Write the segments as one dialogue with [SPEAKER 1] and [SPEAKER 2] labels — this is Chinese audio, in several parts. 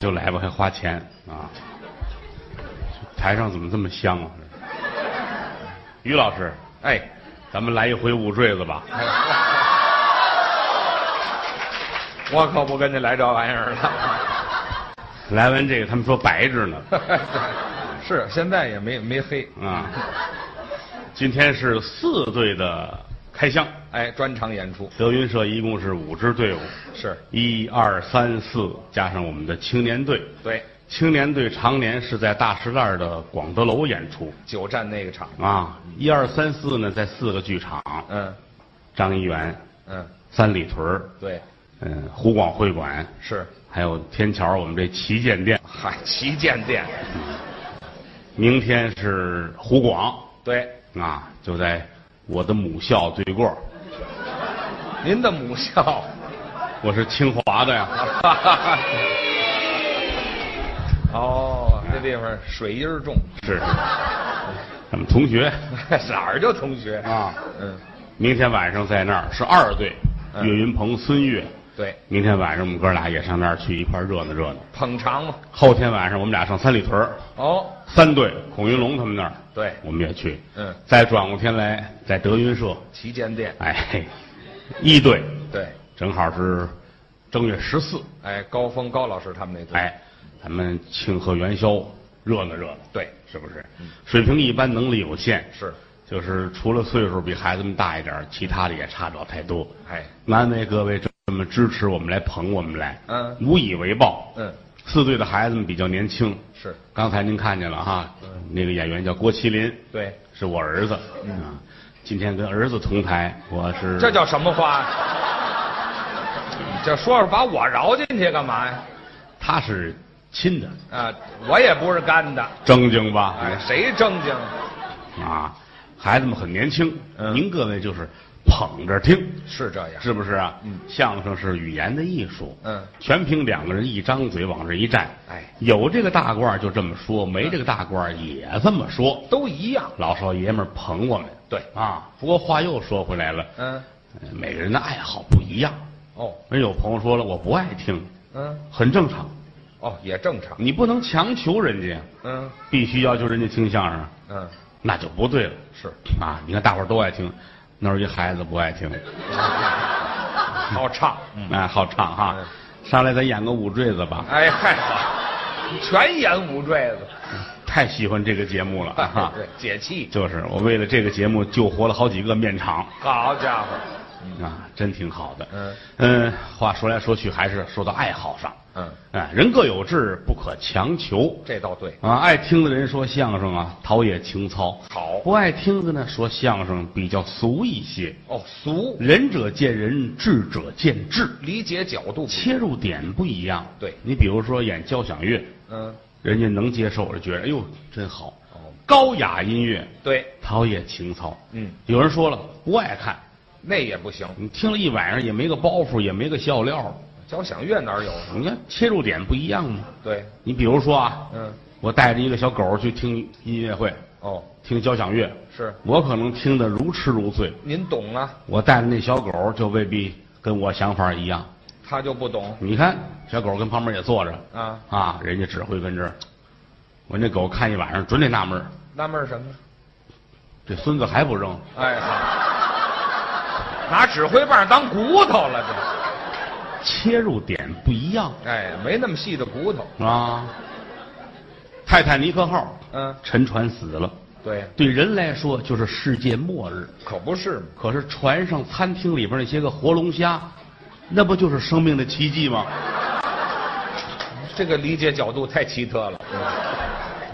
[SPEAKER 1] 就来吧，还花钱啊！台上怎么这么香啊？于老师，
[SPEAKER 2] 哎，
[SPEAKER 1] 咱们来一回捂坠子吧。
[SPEAKER 2] 我可不跟你来这玩意儿了。
[SPEAKER 1] 来完这个，他们说白着呢
[SPEAKER 2] 是，现在也没没黑。
[SPEAKER 1] 啊。今天是四队的开箱，
[SPEAKER 2] 哎，专场演出
[SPEAKER 1] 德云社一共是五支队伍，
[SPEAKER 2] 是
[SPEAKER 1] 一二三四，加上我们的青年队。
[SPEAKER 2] 对
[SPEAKER 1] 青年队常年是在大石栏的广德楼演出
[SPEAKER 2] 九站那个场。
[SPEAKER 1] 啊，一二三四呢，在四个剧场，
[SPEAKER 2] 嗯
[SPEAKER 1] 张一元、
[SPEAKER 2] 嗯，
[SPEAKER 1] 三里屯儿、
[SPEAKER 2] 对，
[SPEAKER 1] 嗯湖广会馆，
[SPEAKER 2] 是。
[SPEAKER 1] 还有天桥我们这旗舰店。
[SPEAKER 2] 嗨，旗舰店。
[SPEAKER 1] 明天是湖广
[SPEAKER 2] 对，
[SPEAKER 1] 啊，就在我的母校对过，
[SPEAKER 2] 您的母校。
[SPEAKER 1] 我是清华的呀。
[SPEAKER 2] 哦，那地方水音儿重，
[SPEAKER 1] 是，咱们同学
[SPEAKER 2] 哪儿就同学？
[SPEAKER 1] 啊，
[SPEAKER 2] 嗯，
[SPEAKER 1] 明天晚上在那儿是二队，
[SPEAKER 2] 嗯
[SPEAKER 1] 岳云鹏、孙越。
[SPEAKER 2] 对，
[SPEAKER 1] 明天晚上我们哥俩也上那儿去一块儿热闹热闹。
[SPEAKER 2] 捧场嘛。
[SPEAKER 1] 后天晚上我们俩上三里屯儿，
[SPEAKER 2] 哦，
[SPEAKER 1] 三队孔云龙他们那儿，
[SPEAKER 2] 对，
[SPEAKER 1] 我们也去。
[SPEAKER 2] 嗯，
[SPEAKER 1] 再转过天来，在德云社，
[SPEAKER 2] 旗舰店。
[SPEAKER 1] 哎，嘿一队
[SPEAKER 2] 对，
[SPEAKER 1] 正好是正月十四，
[SPEAKER 2] 哎，高峰高老师他们那队。，
[SPEAKER 1] 哎，咱们庆贺元宵，热闹热闹，
[SPEAKER 2] 对，
[SPEAKER 1] 是不是？
[SPEAKER 2] 嗯
[SPEAKER 1] 水平一般，能力有限，
[SPEAKER 2] 是，
[SPEAKER 1] 就是除了岁数比孩子们大一点儿，其他的也差不了太多。
[SPEAKER 2] 哎，
[SPEAKER 1] 难为各位这么支持我们来捧我们来，
[SPEAKER 2] 嗯
[SPEAKER 1] 无以为报。
[SPEAKER 2] 嗯，
[SPEAKER 1] 四队的孩子们比较年轻，
[SPEAKER 2] 是
[SPEAKER 1] 刚才您看见了哈，
[SPEAKER 2] 嗯
[SPEAKER 1] 那个演员叫郭麒麟，
[SPEAKER 2] 对。
[SPEAKER 1] 是我儿子，啊，今天跟儿子同台，我是
[SPEAKER 2] 这嗯叫什么话呀？你 这说说把我饶进去干嘛呀？
[SPEAKER 1] 他是亲的，
[SPEAKER 2] 啊，我也不是干的，
[SPEAKER 1] 正经吧？
[SPEAKER 2] 哎，谁正经？
[SPEAKER 1] 啊，孩子们很年轻，
[SPEAKER 2] 哎嗯
[SPEAKER 1] 您各位就是捧着听，
[SPEAKER 2] 是这样，
[SPEAKER 1] 是不是啊？
[SPEAKER 2] 嗯
[SPEAKER 1] 相声是语言的艺术，
[SPEAKER 2] 嗯，
[SPEAKER 1] 全凭两个人一张嘴往这一站，
[SPEAKER 2] 哎嗯
[SPEAKER 1] 有这个大褂儿就这么说，没这个大褂儿也这么说，
[SPEAKER 2] 都一样。
[SPEAKER 1] 老少爷们儿捧我们，
[SPEAKER 2] 对
[SPEAKER 1] 啊。不过话又说回来了，
[SPEAKER 2] 嗯，
[SPEAKER 1] 呃每个人的爱好不一样，
[SPEAKER 2] 哦，
[SPEAKER 1] 人有朋友说了我不爱听，
[SPEAKER 2] 嗯，
[SPEAKER 1] 很正常，
[SPEAKER 2] 哦，也正常。
[SPEAKER 1] 你不能强求人家，
[SPEAKER 2] 嗯
[SPEAKER 1] 必须要求人家听相声，
[SPEAKER 2] 嗯，
[SPEAKER 1] 那就不对了。
[SPEAKER 2] 是，
[SPEAKER 1] 啊，你看大伙儿都爱听，那儿一孩子不爱听，
[SPEAKER 2] 好哦唱。
[SPEAKER 1] 哎，好唱哈。
[SPEAKER 2] 嗯
[SPEAKER 1] 上来咱演个五坠子吧，
[SPEAKER 2] 哎嗨，好全演五坠子，
[SPEAKER 1] 太喜欢这个节目了哈。
[SPEAKER 2] 啊对，解气。
[SPEAKER 1] 就是我为了这个节目救活了好几个面场
[SPEAKER 2] 好家伙，
[SPEAKER 1] 啊，真挺好的。
[SPEAKER 2] 嗯
[SPEAKER 1] 嗯，话说来说去还是说到爱好上。
[SPEAKER 2] 嗯，
[SPEAKER 1] 哎，人各有志，不可强求。
[SPEAKER 2] 这倒对。
[SPEAKER 1] 啊，爱听的人说相声啊，陶冶情操；
[SPEAKER 2] 好
[SPEAKER 1] 不爱听的呢，说相声比较俗一些。
[SPEAKER 2] 哦，俗
[SPEAKER 1] 仁者见仁，智者见智。
[SPEAKER 2] 理解角度不一样。
[SPEAKER 1] 切入点不一样。
[SPEAKER 2] 对
[SPEAKER 1] 你比如说演交响乐，
[SPEAKER 2] 嗯，
[SPEAKER 1] 人家能接受，就觉得哎呦真好。
[SPEAKER 2] 哦，
[SPEAKER 1] 高雅音乐
[SPEAKER 2] 对，
[SPEAKER 1] 陶冶情操。
[SPEAKER 2] 嗯，
[SPEAKER 1] 有人说了不爱看，
[SPEAKER 2] 那也不行。
[SPEAKER 1] 你听了一晚上也没个包袱，也没个笑料。
[SPEAKER 2] 交响乐哪有？
[SPEAKER 1] 你看切入点不一样嘛。
[SPEAKER 2] 对，
[SPEAKER 1] 你比如说啊，
[SPEAKER 2] 嗯，
[SPEAKER 1] 我带着一个小狗去听音乐会，
[SPEAKER 2] 哦，
[SPEAKER 1] 听交响乐，
[SPEAKER 2] 是
[SPEAKER 1] 我可能听得如痴如醉，
[SPEAKER 2] 您懂啊，
[SPEAKER 1] 我带着那小狗就未必跟我想法一样。
[SPEAKER 2] 他就不懂
[SPEAKER 1] 你看，小狗跟旁边也坐着，
[SPEAKER 2] 啊。
[SPEAKER 1] 啊，人家指挥跟这儿，我那狗看一晚上，准得纳闷儿
[SPEAKER 2] 纳闷儿什么呢？
[SPEAKER 1] 这孙子还不扔，
[SPEAKER 2] 哎，好，拿指挥棒当骨头了
[SPEAKER 1] 切入点不一样
[SPEAKER 2] 这。哎，没那么细的骨头。
[SPEAKER 1] 啊。泰坦尼克号
[SPEAKER 2] 嗯，
[SPEAKER 1] 沉船死了，
[SPEAKER 2] 对，
[SPEAKER 1] 对人来说就是世界末日。
[SPEAKER 2] 可不是嘛。
[SPEAKER 1] 可是船上餐厅里边那些个活龙虾，那不就是生命的奇迹吗？
[SPEAKER 2] 这个理解角度太奇特了。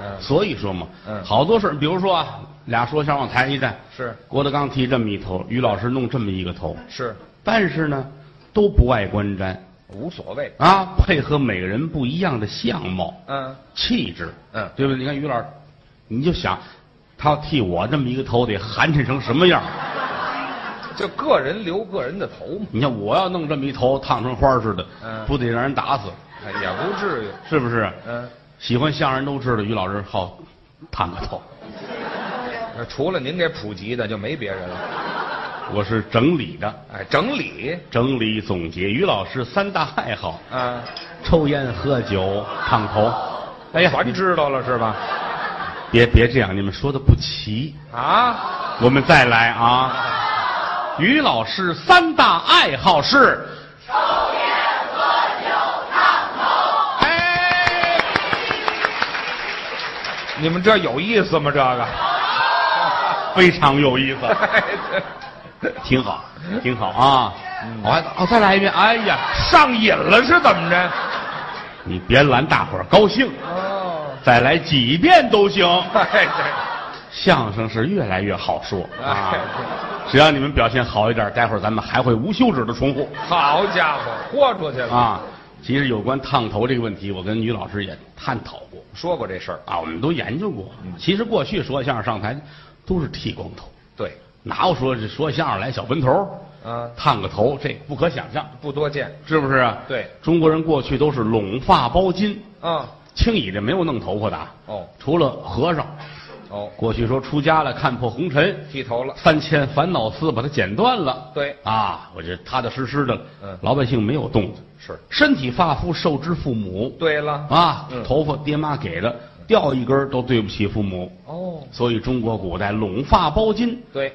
[SPEAKER 2] 嗯，
[SPEAKER 1] 所以说嘛，
[SPEAKER 2] 嗯
[SPEAKER 1] 好多事儿，比如说啊，俩说相往台上一站，
[SPEAKER 2] 是
[SPEAKER 1] 郭德纲剃这么一头，于老师弄这么一个头，
[SPEAKER 2] 是，
[SPEAKER 1] 但是呢，都不爱观瞻。
[SPEAKER 2] 无所谓。
[SPEAKER 1] 啊，配合每个人不一样的相貌、
[SPEAKER 2] 嗯
[SPEAKER 1] 气质，
[SPEAKER 2] 嗯，
[SPEAKER 1] 对不对？你看于老师，你就想，他要剃我这么一个头，得寒碜成什么样？
[SPEAKER 2] 就个人留个人的头嘛，
[SPEAKER 1] 你看我要弄这么一头，烫成花似的，
[SPEAKER 2] 嗯
[SPEAKER 1] 不得让人打死？
[SPEAKER 2] 哎也不至于。
[SPEAKER 1] 是不是？
[SPEAKER 2] 嗯，
[SPEAKER 1] 喜欢相声都知道，于老师好烫个头，
[SPEAKER 2] 呃那除了您给普及的，就没别人了。
[SPEAKER 1] 我是整理的，
[SPEAKER 2] 哎，整理
[SPEAKER 1] 整理总结于老师三大爱好：
[SPEAKER 2] 啊，
[SPEAKER 1] 抽烟、喝酒、烫头。哎呀，
[SPEAKER 2] 全知道了是吧？
[SPEAKER 1] 别别这样，你们说的不齐。
[SPEAKER 2] 啊，
[SPEAKER 1] 我们再来啊！于老师三大爱好是
[SPEAKER 2] 哎，你们这有意思吗？这个，
[SPEAKER 1] 非常有意思，
[SPEAKER 2] 哎这
[SPEAKER 1] 挺好，挺好啊！我还哦，再来一遍。哎呀，
[SPEAKER 2] 上瘾了是怎么着？
[SPEAKER 1] 你别拦大伙儿高兴，
[SPEAKER 2] 哦，
[SPEAKER 1] 再来几遍都行。
[SPEAKER 2] 哎对，
[SPEAKER 1] 相声是越来越好说啊
[SPEAKER 2] 哎！
[SPEAKER 1] 只要你们表现好一点，待会儿咱们还会无休止的重复
[SPEAKER 2] 好家伙，豁出去了！
[SPEAKER 1] 啊！其实有关烫头这个问题，我跟于老师也探讨过
[SPEAKER 2] 说过这事儿，
[SPEAKER 1] 啊，我们都研究过。
[SPEAKER 2] 嗯
[SPEAKER 1] 其实过去说相声上台都是剃光头，
[SPEAKER 2] 对，
[SPEAKER 1] 哪有说是说相声来小奔头，
[SPEAKER 2] 啊，
[SPEAKER 1] 烫个头，这不可想象，
[SPEAKER 2] 不多见，
[SPEAKER 1] 是不是啊？
[SPEAKER 2] 对，
[SPEAKER 1] 中国人过去都是拢发包巾，
[SPEAKER 2] 啊，
[SPEAKER 1] 轻易的没有弄头发的啊，
[SPEAKER 2] 哦
[SPEAKER 1] 除了和尚。
[SPEAKER 2] 哦，
[SPEAKER 1] 过去说出家了看破红尘，
[SPEAKER 2] 剃头了，
[SPEAKER 1] 三千烦恼丝把它剪断了。
[SPEAKER 2] 对，
[SPEAKER 1] 啊，我这踏踏实实的了。
[SPEAKER 2] 嗯
[SPEAKER 1] 老百姓没有动的，
[SPEAKER 2] 是，
[SPEAKER 1] 身体发肤受之父母。
[SPEAKER 2] 对了，
[SPEAKER 1] 啊，
[SPEAKER 2] 嗯
[SPEAKER 1] 头发爹妈给的，掉一根儿都对不起父母。
[SPEAKER 2] 哦，
[SPEAKER 1] 所以中国古代拢发包巾，
[SPEAKER 2] 对，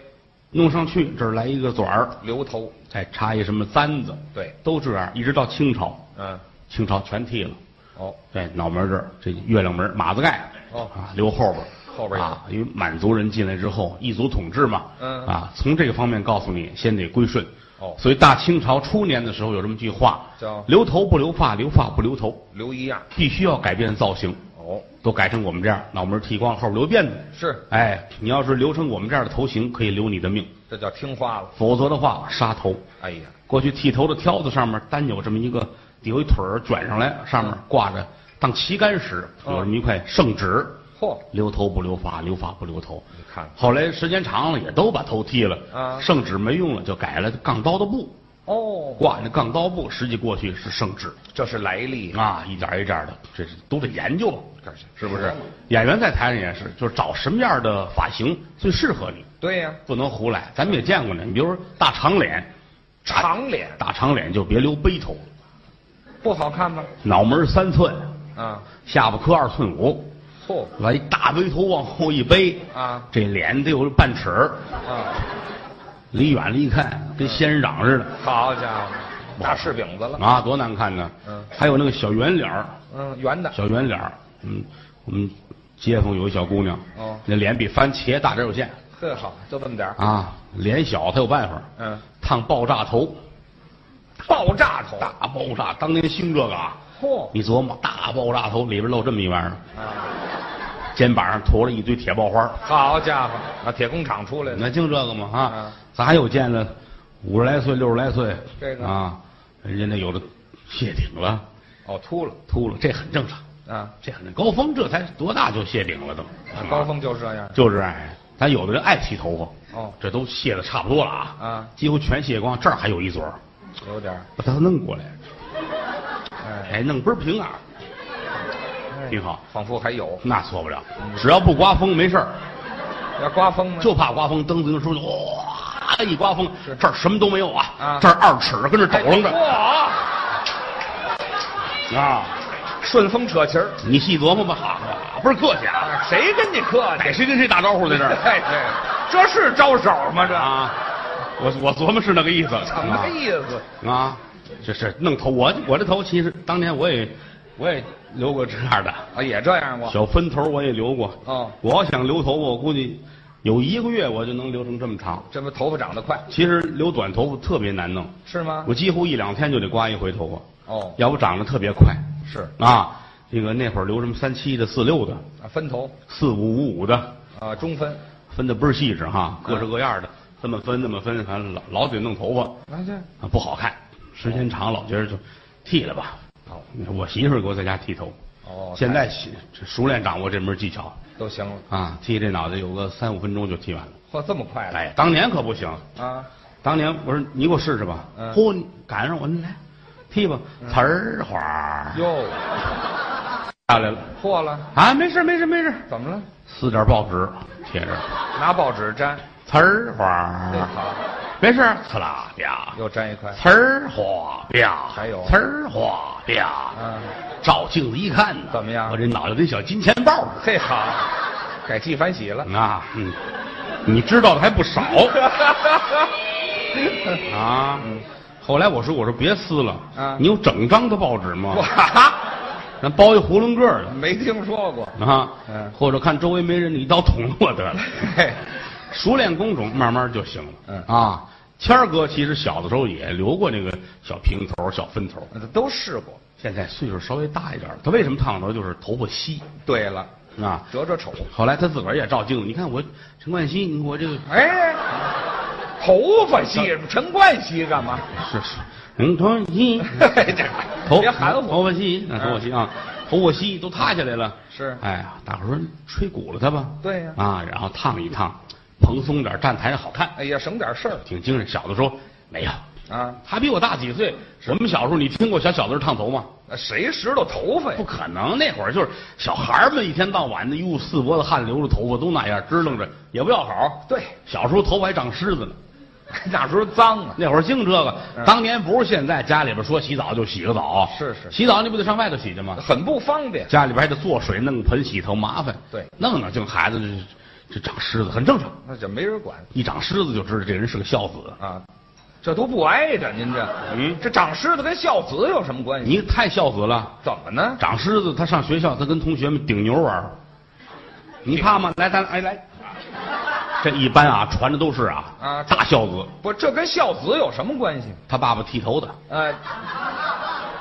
[SPEAKER 1] 弄上去这儿来一个嘴儿，
[SPEAKER 2] 留头，
[SPEAKER 1] 再插一什么簪子，
[SPEAKER 2] 对，
[SPEAKER 1] 都这样，一直到清朝，
[SPEAKER 2] 嗯，
[SPEAKER 1] 清朝全剃了。
[SPEAKER 2] 哦，
[SPEAKER 1] 对，脑门这儿，这月亮门马子盖，
[SPEAKER 2] 哦
[SPEAKER 1] 啊，留后边儿，
[SPEAKER 2] 后边儿有
[SPEAKER 1] 啊，因为满族人进来之后，异族统治嘛，
[SPEAKER 2] 嗯
[SPEAKER 1] 啊，从这个方面告诉你，先得归顺。
[SPEAKER 2] 哦
[SPEAKER 1] 所以大清朝初年的时候有这么句话
[SPEAKER 2] 叫：
[SPEAKER 1] 留头不留发，留发不留头，
[SPEAKER 2] 留一样，
[SPEAKER 1] 必须要改变造型，
[SPEAKER 2] 哦，
[SPEAKER 1] 都改成我们这样，脑门剃光，后边留辫子。
[SPEAKER 2] 是，
[SPEAKER 1] 哎，你要是留成我们这样的头型，可以留你的命；
[SPEAKER 2] 这叫听话了，
[SPEAKER 1] 否则的话，杀头。
[SPEAKER 2] 哎呀，
[SPEAKER 1] 过去剃头的挑子上面单有这么一个，底有一腿儿卷上来，上面挂着当旗杆使，有这么一块圣旨，
[SPEAKER 2] 嚯，
[SPEAKER 1] 留头不留发，留发不留头。
[SPEAKER 2] 你看看，
[SPEAKER 1] 后来时间长了，也都把头剃了，
[SPEAKER 2] 啊
[SPEAKER 1] 圣旨没用了，就改了杠刀的布，
[SPEAKER 2] 哦，
[SPEAKER 1] 挂那杠刀布，实际过去是圣旨
[SPEAKER 2] 这是来历，
[SPEAKER 1] 啊，一点一点的，这是都得研究，
[SPEAKER 2] 这是
[SPEAKER 1] 是不是？演员在台上也是，就是找什么样的发型最适合你，
[SPEAKER 2] 对呀，
[SPEAKER 1] 不能胡来。咱们也见过呢，你比如说大长脸，
[SPEAKER 2] 长脸
[SPEAKER 1] 大长脸就别留背头。
[SPEAKER 2] 不好看吗？
[SPEAKER 1] 脑门三寸，
[SPEAKER 2] 啊，
[SPEAKER 1] 下巴磕二寸五，
[SPEAKER 2] 嚯，
[SPEAKER 1] 把一大背头往后一背，
[SPEAKER 2] 啊
[SPEAKER 1] 这脸得有半尺儿，
[SPEAKER 2] 啊，
[SPEAKER 1] 离远了一看跟仙人掌似的，
[SPEAKER 2] 好家伙，大柿饼子了，
[SPEAKER 1] 啊，多难看呢！
[SPEAKER 2] 嗯
[SPEAKER 1] 还有那个小圆脸儿，
[SPEAKER 2] 嗯，圆的，
[SPEAKER 1] 小圆脸儿，嗯，我们街坊有一小姑娘，
[SPEAKER 2] 哦嗯
[SPEAKER 1] 那脸比番茄大点儿有限
[SPEAKER 2] 呵好，就这么点儿，
[SPEAKER 1] 啊，脸小她有办法，
[SPEAKER 2] 嗯，
[SPEAKER 1] 烫爆炸头，
[SPEAKER 2] 爆炸头，
[SPEAKER 1] 大爆炸，当年兴这个啊，
[SPEAKER 2] 嚯，
[SPEAKER 1] 你琢磨大爆炸头里边露这么一玩意儿，
[SPEAKER 2] 啊，
[SPEAKER 1] 肩膀上驮着一堆铁爆花儿。
[SPEAKER 2] 好家伙，啊，铁工厂出来的，
[SPEAKER 1] 那净这个嘛啊
[SPEAKER 2] 嗯，
[SPEAKER 1] 咱还有见了五十来岁、六十来岁，
[SPEAKER 2] 这个
[SPEAKER 1] 啊，人家那有的谢顶了、
[SPEAKER 2] 哦，秃了，
[SPEAKER 1] 秃了，这很正常，
[SPEAKER 2] 啊，
[SPEAKER 1] 这很高峰这才多大就谢顶了都，是吧
[SPEAKER 2] 高峰就是这样，
[SPEAKER 1] 就是哎，咱有的人爱剃头发，
[SPEAKER 2] 哦
[SPEAKER 1] 这都卸的差不多了啊，
[SPEAKER 2] 啊
[SPEAKER 1] 几乎全卸光，这儿还有一撮儿，
[SPEAKER 2] 有点儿，
[SPEAKER 1] 把它弄过来，
[SPEAKER 2] 哎，
[SPEAKER 1] 哎，弄倍儿平啊，
[SPEAKER 2] 哎
[SPEAKER 1] 挺好，
[SPEAKER 2] 仿佛还有，
[SPEAKER 1] 那错不了，只要不刮风没事儿，
[SPEAKER 2] 要刮风呢，
[SPEAKER 1] 就怕刮风，蹬自行车就哇一刮风，
[SPEAKER 2] 是
[SPEAKER 1] 这儿什么都没有啊
[SPEAKER 2] 啊，
[SPEAKER 1] 这儿二尺跟这抖楞着。
[SPEAKER 2] 哇，
[SPEAKER 1] 啊，
[SPEAKER 2] 哎顺风扯旗儿，
[SPEAKER 1] 你细琢磨吧，啊不是客气啊，
[SPEAKER 2] 啊谁跟你客
[SPEAKER 1] 逮
[SPEAKER 2] 气？
[SPEAKER 1] 谁跟谁打招呼在这 儿
[SPEAKER 2] 哎对，这是招手吗？这
[SPEAKER 1] 啊？我我琢磨是那个意思，
[SPEAKER 2] 什么意思？
[SPEAKER 1] 思啊？这是弄头，我我这头其实当年我也我也留过这样的
[SPEAKER 2] 啊，也这样过，
[SPEAKER 1] 小分头，我也留过。
[SPEAKER 2] 哦，
[SPEAKER 1] 我要想留头发，我估计有一个月我就能留成这么长。
[SPEAKER 2] 这不头发长得快
[SPEAKER 1] 其实留短头发特别难弄，
[SPEAKER 2] 是吗？
[SPEAKER 1] 我几乎一两天就得刮一回头发，
[SPEAKER 2] 哦，
[SPEAKER 1] 要不长得特别快
[SPEAKER 2] 是
[SPEAKER 1] 啊。这个那会儿留什么三七的、四六的、
[SPEAKER 2] 啊，分头
[SPEAKER 1] 四五五五的，
[SPEAKER 2] 啊，中分，
[SPEAKER 1] 分的倍儿细致哈，
[SPEAKER 2] 嗯
[SPEAKER 1] 各式各样的，这么分那么分，反正老老得弄头发
[SPEAKER 2] 啊这，
[SPEAKER 1] 啊，不好看。时间长老觉得就剃了吧。
[SPEAKER 2] 哦
[SPEAKER 1] 我媳妇儿给我在家剃头，
[SPEAKER 2] 哦，
[SPEAKER 1] 现在习熟练掌握这门技巧
[SPEAKER 2] 都行了，
[SPEAKER 1] 啊，剃这脑袋有个三五分钟就剃完了。
[SPEAKER 2] 嚯，这么快了
[SPEAKER 1] 哎，当年可不行，
[SPEAKER 2] 啊？
[SPEAKER 1] 当年我说你给我试试吧
[SPEAKER 2] 嗯，
[SPEAKER 1] 嚯、你赶上我你来剃吧，呲儿花儿
[SPEAKER 2] 哟，
[SPEAKER 1] 下来了
[SPEAKER 2] 破了，
[SPEAKER 1] 啊，没事没事没事，
[SPEAKER 2] 怎么了？
[SPEAKER 1] 撕点报纸贴着，
[SPEAKER 2] 拿报纸粘，
[SPEAKER 1] 呲儿花
[SPEAKER 2] 这
[SPEAKER 1] 儿
[SPEAKER 2] 哎好，
[SPEAKER 1] 没事儿，呲啦啪，
[SPEAKER 2] 又粘一块。
[SPEAKER 1] 呲儿哗啪，
[SPEAKER 2] 还有
[SPEAKER 1] 呲儿哗啪，
[SPEAKER 2] 嗯，
[SPEAKER 1] 照镜子一看呢，
[SPEAKER 2] 怎么样
[SPEAKER 1] 我这脑袋跟小金钱豹似
[SPEAKER 2] 嘿好，改纪反洗了。
[SPEAKER 1] 的啊！嗯，你知道的还不少啊。后来我说，我说别撕了，
[SPEAKER 2] 啊
[SPEAKER 1] 你有整张的报纸吗？
[SPEAKER 2] 哇，
[SPEAKER 1] 咱包一囫囵个儿的
[SPEAKER 2] 没听说过。
[SPEAKER 1] 啊，
[SPEAKER 2] 嗯
[SPEAKER 1] 或者看周围没人，你一刀捅了我得 了。
[SPEAKER 2] 嘿，
[SPEAKER 1] 熟练工种，慢慢就行了。
[SPEAKER 2] 嗯
[SPEAKER 1] 啊，谦儿哥其实小的时候也留过那个小平头、小分头，
[SPEAKER 2] 都试过。
[SPEAKER 1] 现在岁数稍微大一点了，他为什么烫头？就是头发稀
[SPEAKER 2] 对了，
[SPEAKER 1] 啊。
[SPEAKER 2] 折折丑。
[SPEAKER 1] 后来他自个儿也照镜子，你看我陈冠希，你看我这 个
[SPEAKER 2] 哎，头发稀，陈冠希干嘛？
[SPEAKER 1] 是 是，嗯，头稀， 头
[SPEAKER 2] 头别含糊。
[SPEAKER 1] 头发稀，那头发稀啊，头发稀都塌下来了。
[SPEAKER 2] 是
[SPEAKER 1] 哎呀，大伙儿说吹鼓了他吧？
[SPEAKER 2] 对呀
[SPEAKER 1] 啊，然后烫一烫，蓬松点儿，站台上好看，
[SPEAKER 2] 哎呀，省点事儿
[SPEAKER 1] 挺精神。小的时候没有，
[SPEAKER 2] 啊！
[SPEAKER 1] 他比我大几岁。我们小时候，你听过小小的时候烫头吗？
[SPEAKER 2] 那谁拾掇头发
[SPEAKER 1] 哎不
[SPEAKER 2] 呀？
[SPEAKER 1] 可能，那会儿就是小孩儿们一天到晚的，哟，四脖子汗流着头发都那样，支棱着，也不要好。
[SPEAKER 2] 对，
[SPEAKER 1] 小时候头发还长虱子呢，
[SPEAKER 2] 那时候脏啊。
[SPEAKER 1] 那会儿净这个。
[SPEAKER 2] 嗯
[SPEAKER 1] 当年不是现在家里边说洗澡就洗个澡，
[SPEAKER 2] 是是
[SPEAKER 1] 洗澡你不得上外头洗去吗？
[SPEAKER 2] 很不方便。
[SPEAKER 1] 家里边还得做水弄盆洗头，麻烦。
[SPEAKER 2] 对
[SPEAKER 1] 弄弄净孩子这这长虱子很正常，
[SPEAKER 2] 那就没人管
[SPEAKER 1] 一长虱子就知道这人是个孝子。
[SPEAKER 2] 啊，这都不挨着您这，
[SPEAKER 1] 嗯
[SPEAKER 2] 这长虱子跟孝子有什么关系？
[SPEAKER 1] 你太孝子了，
[SPEAKER 2] 怎么呢？
[SPEAKER 1] 长虱子他上学校他跟同学们顶牛玩儿，你怕吗？来，咱哎来，这一般啊传的都是啊
[SPEAKER 2] 啊
[SPEAKER 1] 大孝子，
[SPEAKER 2] 不，这跟孝子有什么关系？
[SPEAKER 1] 他爸爸剃头的
[SPEAKER 2] 呃，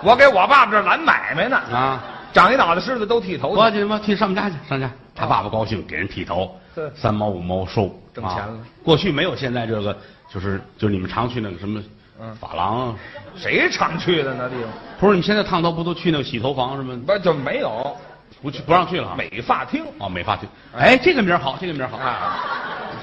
[SPEAKER 2] 我给我爸爸这儿揽买卖呢，
[SPEAKER 1] 啊，
[SPEAKER 2] 长一脑袋虱子都剃头
[SPEAKER 1] 不要
[SPEAKER 2] 去。
[SPEAKER 1] 紧吧，剃上我们家去，上家。他爸爸高兴，给人剃头
[SPEAKER 2] 对，
[SPEAKER 1] 三毛五毛收，
[SPEAKER 2] 挣钱
[SPEAKER 1] 啊
[SPEAKER 2] 了
[SPEAKER 1] 过去没有现在这个，就是就是你们常去那个什么
[SPEAKER 2] 嗯
[SPEAKER 1] 发廊啊，
[SPEAKER 2] 谁常去的那地方？
[SPEAKER 1] 不是你们现在烫头不都去那个洗头房什么？
[SPEAKER 2] 不就没有
[SPEAKER 1] 不去不让去了啊？
[SPEAKER 2] 美发厅
[SPEAKER 1] 哦，美发厅。
[SPEAKER 2] 嗯
[SPEAKER 1] 哎，这个名儿好，这个名儿好，
[SPEAKER 2] 啊？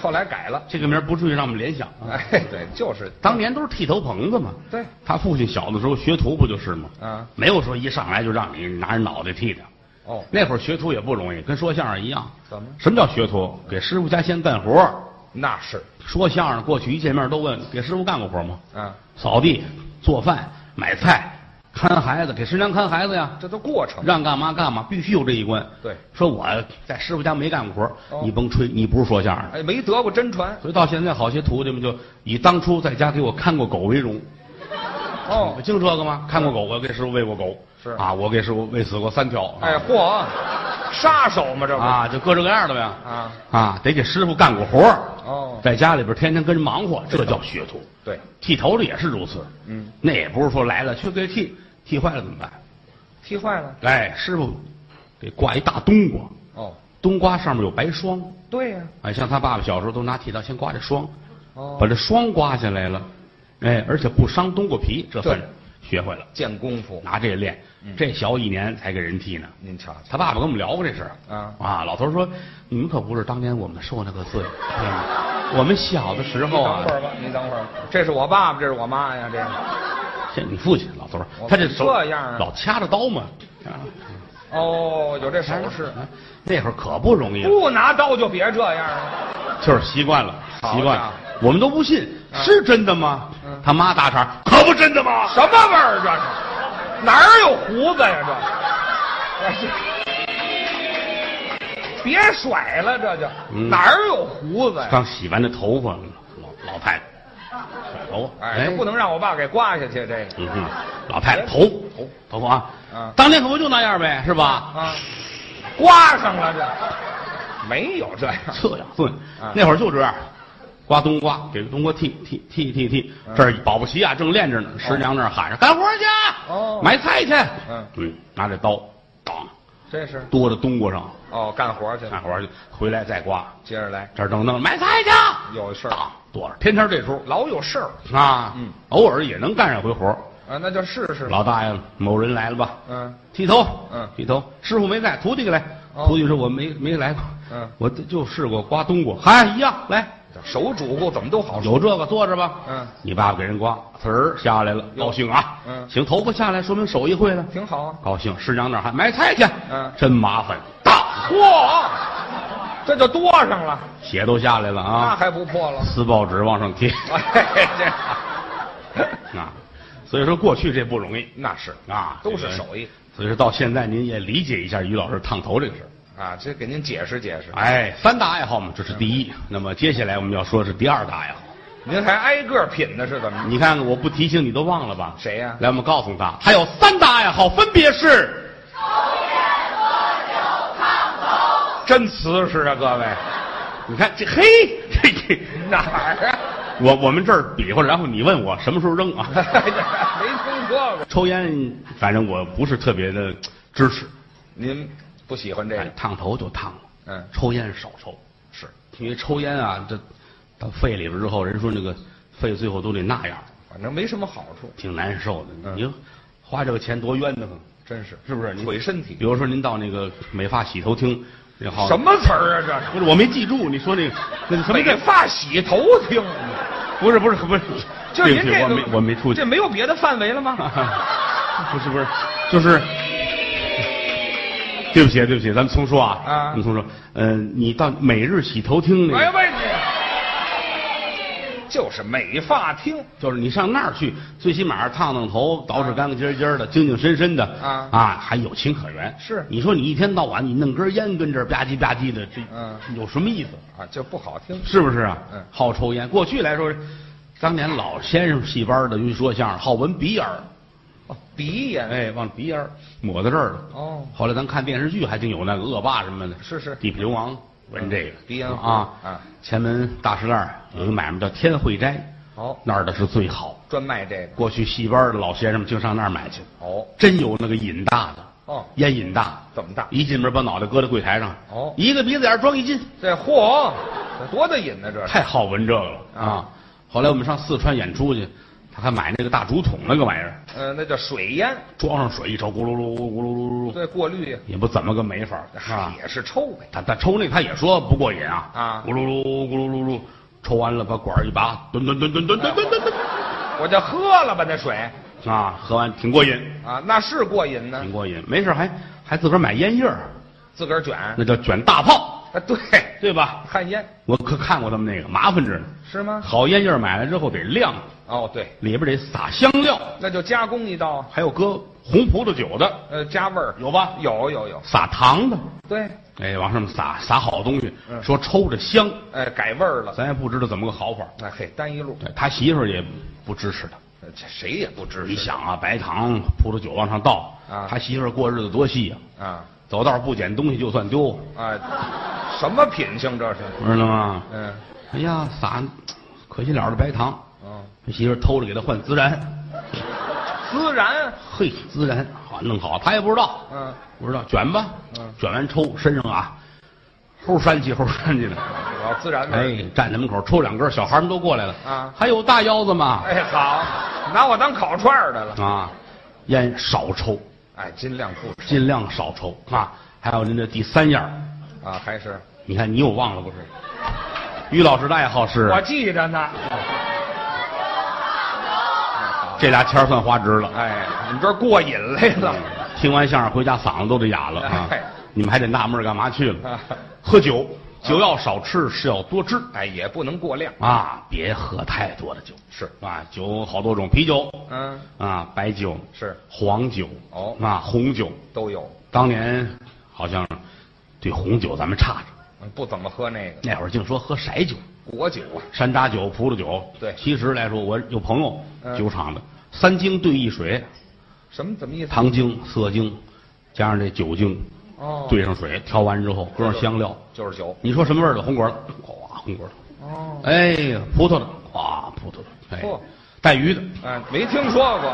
[SPEAKER 2] 后来改了。
[SPEAKER 1] 这个名儿不至于让我们联想啊。
[SPEAKER 2] 哎，对，就是
[SPEAKER 1] 当年都是剃头棚子嘛。
[SPEAKER 2] 对
[SPEAKER 1] 他父亲小的时候学徒不就是吗？
[SPEAKER 2] 啊。
[SPEAKER 1] 没有说一上来就让你拿人脑袋剃的。
[SPEAKER 2] 哦，
[SPEAKER 1] 那会儿学徒也不容易，跟说相声一样。
[SPEAKER 2] 怎么
[SPEAKER 1] 什么叫学徒？给师傅家先干活。
[SPEAKER 2] 那是
[SPEAKER 1] 说相声过去一见面都问给师傅干过活吗？
[SPEAKER 2] 啊，
[SPEAKER 1] 扫地、做饭、买菜、看孩子，给师娘看孩子呀，
[SPEAKER 2] 这都过程。
[SPEAKER 1] 让干嘛干嘛，必须有这一关。
[SPEAKER 2] 对，
[SPEAKER 1] 说我在师傅家没干过活，
[SPEAKER 2] 哦
[SPEAKER 1] 你甭吹，你不是说相声的。
[SPEAKER 2] 哎，没得过真传
[SPEAKER 1] 所以到现在，好些徒弟们就以当初在家给我看过狗为荣。
[SPEAKER 2] 哦
[SPEAKER 1] 不。净这个吗？看过狗，我给师傅喂过狗，
[SPEAKER 2] 是
[SPEAKER 1] 啊，我给师傅喂死过三条，
[SPEAKER 2] 哎，嚯，啊杀手嘛，这不是
[SPEAKER 1] 啊，就各这各样的呗，
[SPEAKER 2] 啊？
[SPEAKER 1] 啊，得给师傅干过活儿
[SPEAKER 2] 哦
[SPEAKER 1] 在家里边天天跟人忙活，这叫学徒。
[SPEAKER 2] 对，
[SPEAKER 1] 剃头的也是如此，
[SPEAKER 2] 嗯，
[SPEAKER 1] 那也不是说来了去给剃，剃坏了怎么办？
[SPEAKER 2] 踢坏了。
[SPEAKER 1] 哎，师傅给挂一大冬瓜，
[SPEAKER 2] 哦，
[SPEAKER 1] 冬瓜上面有白霜，
[SPEAKER 2] 对呀、
[SPEAKER 1] 哎，像他爸爸小时候都拿剃刀先刮这霜，把
[SPEAKER 2] 哦，
[SPEAKER 1] 这霜刮下来了，哎，而且不伤冬瓜皮，这份
[SPEAKER 2] 对嗯
[SPEAKER 1] 学会了，
[SPEAKER 2] 见功夫，
[SPEAKER 1] 拿这练，这小一年才给人剃呢。
[SPEAKER 2] 您瞧瞧
[SPEAKER 1] 他爸爸跟我们聊过这事儿
[SPEAKER 2] 啊
[SPEAKER 1] 啊，老头儿说你们可不是当年我们受那个罪，嗯我们小的时候啊
[SPEAKER 2] 你等会，儿吧，你等会儿吧，这是我爸爸，这是我妈呀，这是。
[SPEAKER 1] 这你父亲老头儿
[SPEAKER 2] 我，
[SPEAKER 1] 他这手
[SPEAKER 2] 这样啊
[SPEAKER 1] 老掐着刀嘛，啊
[SPEAKER 2] 哦，有这手势，
[SPEAKER 1] 啊那会儿可不容易了，
[SPEAKER 2] 不拿刀就别这样了。
[SPEAKER 1] 就是习惯了，
[SPEAKER 2] 好
[SPEAKER 1] 习惯
[SPEAKER 2] 家
[SPEAKER 1] 了
[SPEAKER 2] 伙，
[SPEAKER 1] 我们都不信
[SPEAKER 2] 啊
[SPEAKER 1] 是真的吗
[SPEAKER 2] 嗯？
[SPEAKER 1] 他妈大茬，可不真的吗？
[SPEAKER 2] 什么味儿这是？哪儿有胡子呀这？别甩了，这就、
[SPEAKER 1] 嗯
[SPEAKER 2] 哪儿有胡子呀？
[SPEAKER 1] 刚洗完这头发，老老太太甩头发，
[SPEAKER 2] 哎，这不能让我爸给刮下去，这个
[SPEAKER 1] 嗯哼，老太太头
[SPEAKER 2] 头
[SPEAKER 1] 头发啊，
[SPEAKER 2] 啊
[SPEAKER 1] 当年可不就那样呗，是吧？
[SPEAKER 2] 啊，刮上了这，没有 这样。
[SPEAKER 1] 测呀测
[SPEAKER 2] 啊，
[SPEAKER 1] 那会儿就这样，刮冬瓜，给冬瓜剃剃剃剃剃，
[SPEAKER 2] 嗯
[SPEAKER 1] 这儿保不齐啊，正练着呢，师娘那儿喊着干活去，
[SPEAKER 2] 哦
[SPEAKER 1] 买菜去，
[SPEAKER 2] 嗯
[SPEAKER 1] 嗯，拿着刀，当
[SPEAKER 2] 这是
[SPEAKER 1] 剁到冬瓜上，
[SPEAKER 2] 哦，干活去了，
[SPEAKER 1] 干活去，回来再刮，
[SPEAKER 2] 接着来，
[SPEAKER 1] 这儿正弄着买菜去，
[SPEAKER 2] 有事儿，
[SPEAKER 1] 当剁着，天天这出
[SPEAKER 2] 老有事儿
[SPEAKER 1] 啊
[SPEAKER 2] 嗯，
[SPEAKER 1] 偶尔也能干上回活儿。
[SPEAKER 2] 啊，那就试试。
[SPEAKER 1] 老大爷，某人来了吧？
[SPEAKER 2] 嗯，
[SPEAKER 1] 剃头，
[SPEAKER 2] 嗯
[SPEAKER 1] 剃头，师傅没在，徒弟给来，
[SPEAKER 2] 哦
[SPEAKER 1] 徒弟说我没没来过，
[SPEAKER 2] 嗯
[SPEAKER 1] 我就试过刮冬瓜，嗨，一样，来，
[SPEAKER 2] 手主顾怎么都好说。
[SPEAKER 1] 有这个坐着吧，
[SPEAKER 2] 嗯，
[SPEAKER 1] 你爸爸给人刮，呲儿下来了，
[SPEAKER 2] 哟
[SPEAKER 1] 高兴啊，
[SPEAKER 2] 嗯
[SPEAKER 1] 行，头发下来，说明手艺会了，
[SPEAKER 2] 挺好啊。
[SPEAKER 1] 高兴，师娘那儿还买菜去，
[SPEAKER 2] 嗯
[SPEAKER 1] 真麻烦，大
[SPEAKER 2] 嚯，啊这就多上了，
[SPEAKER 1] 血都下来了
[SPEAKER 2] 那
[SPEAKER 1] 啊，
[SPEAKER 2] 还不破了？
[SPEAKER 1] 撕报纸往上贴
[SPEAKER 2] 哎，这
[SPEAKER 1] 啊。所以说过去这不容易
[SPEAKER 2] 那是
[SPEAKER 1] 啊，
[SPEAKER 2] 都是
[SPEAKER 1] 这个
[SPEAKER 2] 手艺。
[SPEAKER 1] 所以说到现在您也理解一下于老师烫头这个事儿。
[SPEAKER 2] 啊，这给您解释解释。
[SPEAKER 1] 哎，三大爱好嘛，这是第
[SPEAKER 2] 嗯
[SPEAKER 1] 一。那么接下来我们要说是第二大爱好。
[SPEAKER 2] 您还挨个品呢，是怎么着？
[SPEAKER 1] 你看看，我不提醒你都忘了吧？
[SPEAKER 2] 谁 呀
[SPEAKER 1] 来，我们告诉他，他有三大爱好，分别是
[SPEAKER 2] 真瓷实啊，各位，
[SPEAKER 1] 你看这嘿，这这，
[SPEAKER 2] 哪儿啊？
[SPEAKER 1] 我我们这儿比划，然后你问我什么时候扔啊？
[SPEAKER 2] 没 听说过。
[SPEAKER 1] 抽烟，反正我不是特别的支持。
[SPEAKER 2] 您不喜欢这
[SPEAKER 1] 哎
[SPEAKER 2] 个？，
[SPEAKER 1] 烫头就烫了，
[SPEAKER 2] 嗯
[SPEAKER 1] 抽烟少抽，是因为抽烟啊，这到肺里边之后，人说那个肺最后都得那样，
[SPEAKER 2] 反正没什么好处，
[SPEAKER 1] 挺难受的。
[SPEAKER 2] 嗯
[SPEAKER 1] 你花这个钱多冤的慌，
[SPEAKER 2] 真是
[SPEAKER 1] 是不是？您
[SPEAKER 2] 毁身体
[SPEAKER 1] 比。如说您到那个美发洗头厅，然后
[SPEAKER 2] 什么词儿啊？这
[SPEAKER 1] 不
[SPEAKER 2] 是
[SPEAKER 1] 是，我没记住你说那个那个什么
[SPEAKER 2] 美
[SPEAKER 1] 叫
[SPEAKER 2] 发洗头听，啊
[SPEAKER 1] 不是不是不是，
[SPEAKER 2] 就
[SPEAKER 1] 对
[SPEAKER 2] 您
[SPEAKER 1] 不起，
[SPEAKER 2] 这
[SPEAKER 1] 我
[SPEAKER 2] 个
[SPEAKER 1] 没我没出去 啊
[SPEAKER 2] 这，没有别的范围了吗？
[SPEAKER 1] 不是不是，就是，对不起对不起，咱们重说啊，
[SPEAKER 2] 啊
[SPEAKER 1] 咱们重说，嗯、你到每日洗头厅那
[SPEAKER 2] 哎呀
[SPEAKER 1] 个，
[SPEAKER 2] 喂，你就是美发厅，
[SPEAKER 1] 就是你上那儿去，最起码烫烫头，捯饬干干净净的，精精神神的，
[SPEAKER 2] 啊
[SPEAKER 1] 还有情可原。
[SPEAKER 2] 是
[SPEAKER 1] 你说你一天到晚你弄根烟跟这儿吧唧吧唧的，这、
[SPEAKER 2] 嗯
[SPEAKER 1] 有什么意思？
[SPEAKER 2] 啊，就不好听。
[SPEAKER 1] 是不是啊？
[SPEAKER 2] 嗯
[SPEAKER 1] 好抽烟。过去来说，当年老先生戏班的，尤其说相声，好闻鼻眼儿，
[SPEAKER 2] 哦，鼻炎，
[SPEAKER 1] 哎，往鼻眼儿抹到这儿了。
[SPEAKER 2] 哦
[SPEAKER 1] 后来咱看电视剧，还竟有那个恶霸什么的，
[SPEAKER 2] 是嗯是
[SPEAKER 1] 地痞流氓闻这个
[SPEAKER 2] 鼻烟灰
[SPEAKER 1] 啊
[SPEAKER 2] 啊
[SPEAKER 1] 前门大石栏有一买卖叫天惠斋，
[SPEAKER 2] 哦，
[SPEAKER 1] 那儿的是最好。
[SPEAKER 2] 专卖这个。
[SPEAKER 1] 过去戏班的老先生们经上那儿买去，
[SPEAKER 2] 哦，
[SPEAKER 1] 真有那个瘾大的，
[SPEAKER 2] 哦
[SPEAKER 1] 烟瘾大，
[SPEAKER 2] 怎么大？
[SPEAKER 1] 一进门把脑袋搁在柜台上，
[SPEAKER 2] 哦
[SPEAKER 1] 一个鼻子眼儿装一斤，
[SPEAKER 2] 这嚯，这多大瘾呢？这是
[SPEAKER 1] 太好闻这个了啊！后来我们上四川演出去，他还买那个大竹筒那个玩意儿，
[SPEAKER 2] 呃，那叫水烟，
[SPEAKER 1] 装上水一抽，咕噜噜咕噜噜噜噜，
[SPEAKER 2] 这过滤
[SPEAKER 1] 也不怎么个没法儿啊。
[SPEAKER 2] 也是抽呗。
[SPEAKER 1] 他他抽那他也说不过瘾啊
[SPEAKER 2] 啊
[SPEAKER 1] 咕噜噜咕噜噜噜，抽完了把管儿一拔，吨吨吨吨吨吨吨吨
[SPEAKER 2] 我就喝了吧，那水
[SPEAKER 1] 吨啊，喝完挺过瘾，
[SPEAKER 2] 啊，那是过瘾呢
[SPEAKER 1] 挺。过瘾。没事儿还还自个儿买烟叶儿，
[SPEAKER 2] 自个儿卷啊，
[SPEAKER 1] 那叫卷大炮，
[SPEAKER 2] 对，
[SPEAKER 1] 对吧？
[SPEAKER 2] 旱烟
[SPEAKER 1] 我可看过他们那个，麻烦着呢。
[SPEAKER 2] 是吗？
[SPEAKER 1] 好烟叶儿买来之后得晾，
[SPEAKER 2] 哦，对，
[SPEAKER 1] 里边得撒香料，
[SPEAKER 2] 那就加工一道，
[SPEAKER 1] 还有搁红葡萄酒的。
[SPEAKER 2] 呃，加味儿。
[SPEAKER 1] 有吧？
[SPEAKER 2] 有有有，
[SPEAKER 1] 撒糖的，
[SPEAKER 2] 对，
[SPEAKER 1] 哎，往上面撒撒好东西，
[SPEAKER 2] 嗯
[SPEAKER 1] 说抽着香，
[SPEAKER 2] 哎，改味儿了。
[SPEAKER 1] 咱也不知道怎么个好法。
[SPEAKER 2] 哎嘿，单一路，
[SPEAKER 1] 对他媳妇儿也不支持他。
[SPEAKER 2] 呃这谁也不支
[SPEAKER 1] 你
[SPEAKER 2] 持
[SPEAKER 1] 想啊，白糖、葡萄酒往上倒，
[SPEAKER 2] 啊
[SPEAKER 1] 他媳妇儿过日子多细呀、
[SPEAKER 2] 啊
[SPEAKER 1] 走道不捡东西就算丢，
[SPEAKER 2] 啊！什么品性这是？
[SPEAKER 1] 知道吗？
[SPEAKER 2] 嗯
[SPEAKER 1] 哎呀，撒可惜了的白糖，
[SPEAKER 2] 嗯，
[SPEAKER 1] 他媳妇儿偷着给他换孜然，
[SPEAKER 2] 孜然，啊
[SPEAKER 1] 嘿，孜然好弄好，他也不知道，
[SPEAKER 2] 嗯，
[SPEAKER 1] 不知道卷吧，
[SPEAKER 2] 嗯
[SPEAKER 1] 卷完抽身上啊，齁扇起齁扇起的。
[SPEAKER 2] 老孜然味儿。
[SPEAKER 1] 哎，站在门口抽两根，小孩们都过来了
[SPEAKER 2] 啊
[SPEAKER 1] 还有大腰子吗？
[SPEAKER 2] 哎，好，拿我当烤串儿的了。
[SPEAKER 1] 啊，烟少抽，
[SPEAKER 2] 哎，尽量不吃
[SPEAKER 1] 尽量少抽啊。还有您的第三样儿，
[SPEAKER 2] 啊，还是
[SPEAKER 1] 你看你又忘了不是？于老师的爱好是
[SPEAKER 2] 我记着呢。
[SPEAKER 1] 这俩钱儿算花值了。
[SPEAKER 2] 哎，嗯你这过瘾来了。
[SPEAKER 1] 听完相声回家嗓子都得哑了啊
[SPEAKER 2] 哎！
[SPEAKER 1] 你们还得纳闷儿干嘛去了
[SPEAKER 2] 啊？
[SPEAKER 1] 喝酒，酒要少吃，是要多吃
[SPEAKER 2] 哎，也不能过量。
[SPEAKER 1] 啊！别喝太多的酒，
[SPEAKER 2] 是
[SPEAKER 1] 啊，酒好多种，啤酒
[SPEAKER 2] 嗯，
[SPEAKER 1] 啊，白酒
[SPEAKER 2] 是
[SPEAKER 1] 黄酒
[SPEAKER 2] 哦
[SPEAKER 1] 啊，红酒
[SPEAKER 2] 都有，
[SPEAKER 1] 当年好像对红酒咱们差着，
[SPEAKER 2] 嗯不怎么喝那个
[SPEAKER 1] 那会儿净说喝色酒、
[SPEAKER 2] 果酒啊。
[SPEAKER 1] 山楂酒、葡萄酒。
[SPEAKER 2] 对
[SPEAKER 1] 其实来说，我有朋友
[SPEAKER 2] 嗯
[SPEAKER 1] 酒厂的，三精兑一水，
[SPEAKER 2] 什么？怎么意思？
[SPEAKER 1] 糖精、色精，加上这酒精，
[SPEAKER 2] 哦，
[SPEAKER 1] 兑上水，调完之后搁上香料。
[SPEAKER 2] 就是酒。
[SPEAKER 1] 你说什么味儿的？红果的，哗，红果的。
[SPEAKER 2] 哦，
[SPEAKER 1] 哎，葡萄的，哗，葡萄的。哎
[SPEAKER 2] 嚯，
[SPEAKER 1] 带鱼的
[SPEAKER 2] 哎，没听说过。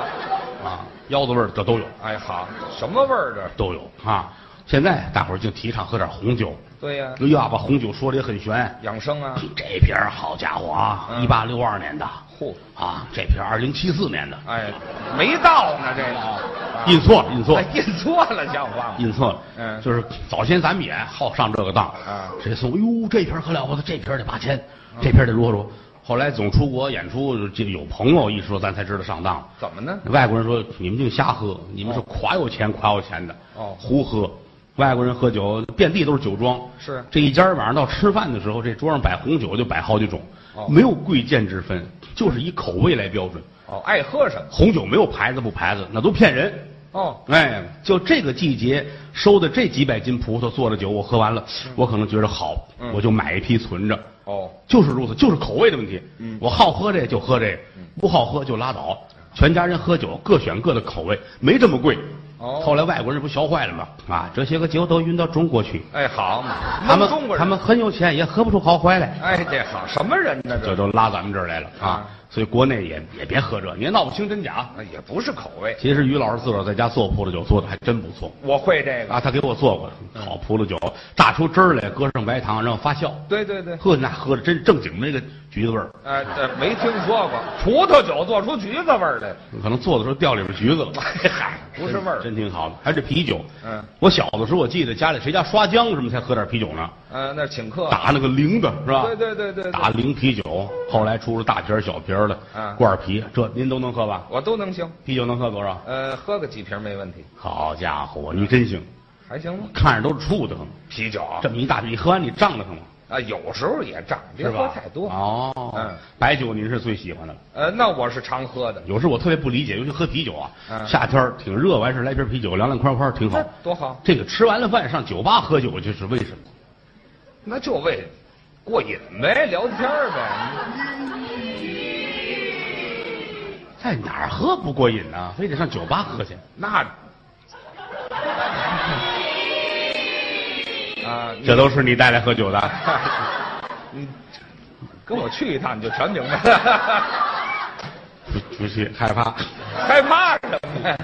[SPEAKER 1] 啊，腰子味儿的都有，
[SPEAKER 2] 哎，好，什么味儿这？
[SPEAKER 1] 都有啊。现在大伙儿就提倡喝点红酒，
[SPEAKER 2] 对呀、
[SPEAKER 1] 要把红酒说的也很玄。
[SPEAKER 2] 养生啊。
[SPEAKER 1] 这瓶儿好家伙啊，
[SPEAKER 2] 嗯
[SPEAKER 1] 一八六二年的
[SPEAKER 2] 嚯，
[SPEAKER 1] 啊，这瓶二零七四年的，
[SPEAKER 2] 哎，没到呢，这个啊
[SPEAKER 1] 印错了，印错
[SPEAKER 2] 哎
[SPEAKER 1] 了，
[SPEAKER 2] 印错了，像话吗？
[SPEAKER 1] 印错了。
[SPEAKER 2] 嗯
[SPEAKER 1] 就是早先咱们也好上这个当
[SPEAKER 2] 啊嗯
[SPEAKER 1] 谁送？哟，这瓶儿可了不得，这瓶儿得八千，这瓶儿得如何如何。后来总出国演出，这个有朋友一说，咱才知道上当了。
[SPEAKER 2] 怎么呢？
[SPEAKER 1] 外国人说你们净瞎喝，你们是垮有钱垮有钱的，
[SPEAKER 2] 哦
[SPEAKER 1] 胡喝外国人喝酒遍地都是酒庄，
[SPEAKER 2] 是
[SPEAKER 1] 这一家晚上到吃饭的时候，这桌上摆红酒就摆好几种，
[SPEAKER 2] 哦
[SPEAKER 1] 没有贵贱之分，就是以口味来标准。
[SPEAKER 2] 哦，爱喝什么？
[SPEAKER 1] 红酒没有牌子不牌子，那都骗人。
[SPEAKER 2] 哦，
[SPEAKER 1] 哎，就这个季节收的这几百斤葡萄做的酒，我喝完了，我可能觉得好，
[SPEAKER 2] 嗯
[SPEAKER 1] 我就买一批存着。
[SPEAKER 2] 哦，
[SPEAKER 1] 就是如此，就是口味的问题。
[SPEAKER 2] 嗯
[SPEAKER 1] 我好喝这就喝这个，不好喝就拉倒。全家人喝酒各选各的口味，没这么贵。
[SPEAKER 2] 哦
[SPEAKER 1] 后来外国人不学坏了吗？啊，这些个酒都运到中国去，
[SPEAKER 2] 哎，好嘛，
[SPEAKER 1] 他们
[SPEAKER 2] 弄中国人，
[SPEAKER 1] 他们，很有钱，也喝不出好坏来，
[SPEAKER 2] 哎，这好什么人呢？
[SPEAKER 1] 这
[SPEAKER 2] 这
[SPEAKER 1] 都拉咱们这儿来了啊
[SPEAKER 2] 啊。
[SPEAKER 1] 所以国内也也别喝这，你也闹不清真假。
[SPEAKER 2] 哎也不是口味，
[SPEAKER 1] 其实于老师自个儿在家做葡萄酒做的还真不错
[SPEAKER 2] 我会这个。
[SPEAKER 1] 啊，他给我做过
[SPEAKER 2] 嗯
[SPEAKER 1] 好葡萄酒，榨出汁儿来，搁上白糖，让发酵，
[SPEAKER 2] 对对对，
[SPEAKER 1] 喝那喝的真正经那个橘子味儿，
[SPEAKER 2] 哎，这没听说过，葡萄酒做出橘子味儿来，
[SPEAKER 1] 可能做的时候掉里边橘子了。
[SPEAKER 2] 哎嗨，不是味儿。
[SPEAKER 1] 真挺好的。还是啤酒，
[SPEAKER 2] 嗯，
[SPEAKER 1] 我小的时候我记得家里谁家刷浆什么才喝点啤酒呢，
[SPEAKER 2] 呃，那请客，
[SPEAKER 1] 打那个零的是吧？
[SPEAKER 2] 对对对对对
[SPEAKER 1] 打零啤酒，后来出了大瓶儿小瓶儿的，
[SPEAKER 2] 嗯
[SPEAKER 1] 罐儿啤，这您都能喝吧？
[SPEAKER 2] 我都能行。
[SPEAKER 1] 啤酒能喝多少？
[SPEAKER 2] 呃，喝个几瓶没问题，
[SPEAKER 1] 好家伙，你真行，
[SPEAKER 2] 还行吗？
[SPEAKER 1] 看着都是怵得慌。
[SPEAKER 2] 啤酒啊
[SPEAKER 1] 这，么一大瓶，你喝完你胀得慌吗？
[SPEAKER 2] 有时候也胀，别
[SPEAKER 1] 是
[SPEAKER 2] 喝
[SPEAKER 1] 吧？
[SPEAKER 2] 太多。
[SPEAKER 1] 哦，
[SPEAKER 2] 嗯，
[SPEAKER 1] 白酒您是最喜欢的了。
[SPEAKER 2] 呃，那我是常喝的，
[SPEAKER 1] 有时候我特别不理解，尤其喝啤酒啊，
[SPEAKER 2] 嗯
[SPEAKER 1] 夏天儿挺热，完事儿来瓶啤酒，凉凉快快挺好
[SPEAKER 2] 那。多好，
[SPEAKER 1] 这个吃完了饭上酒吧喝酒去是为什么？
[SPEAKER 2] 那就为过瘾呗，聊天儿呗。
[SPEAKER 1] 在哪儿喝不过瘾呢、非得上酒吧喝去？
[SPEAKER 2] 那啊，你
[SPEAKER 1] 这都是你带来喝酒的？
[SPEAKER 2] 你跟我去一趟，你就全明白了。
[SPEAKER 1] 不不去，害怕。
[SPEAKER 2] 害怕什么呀？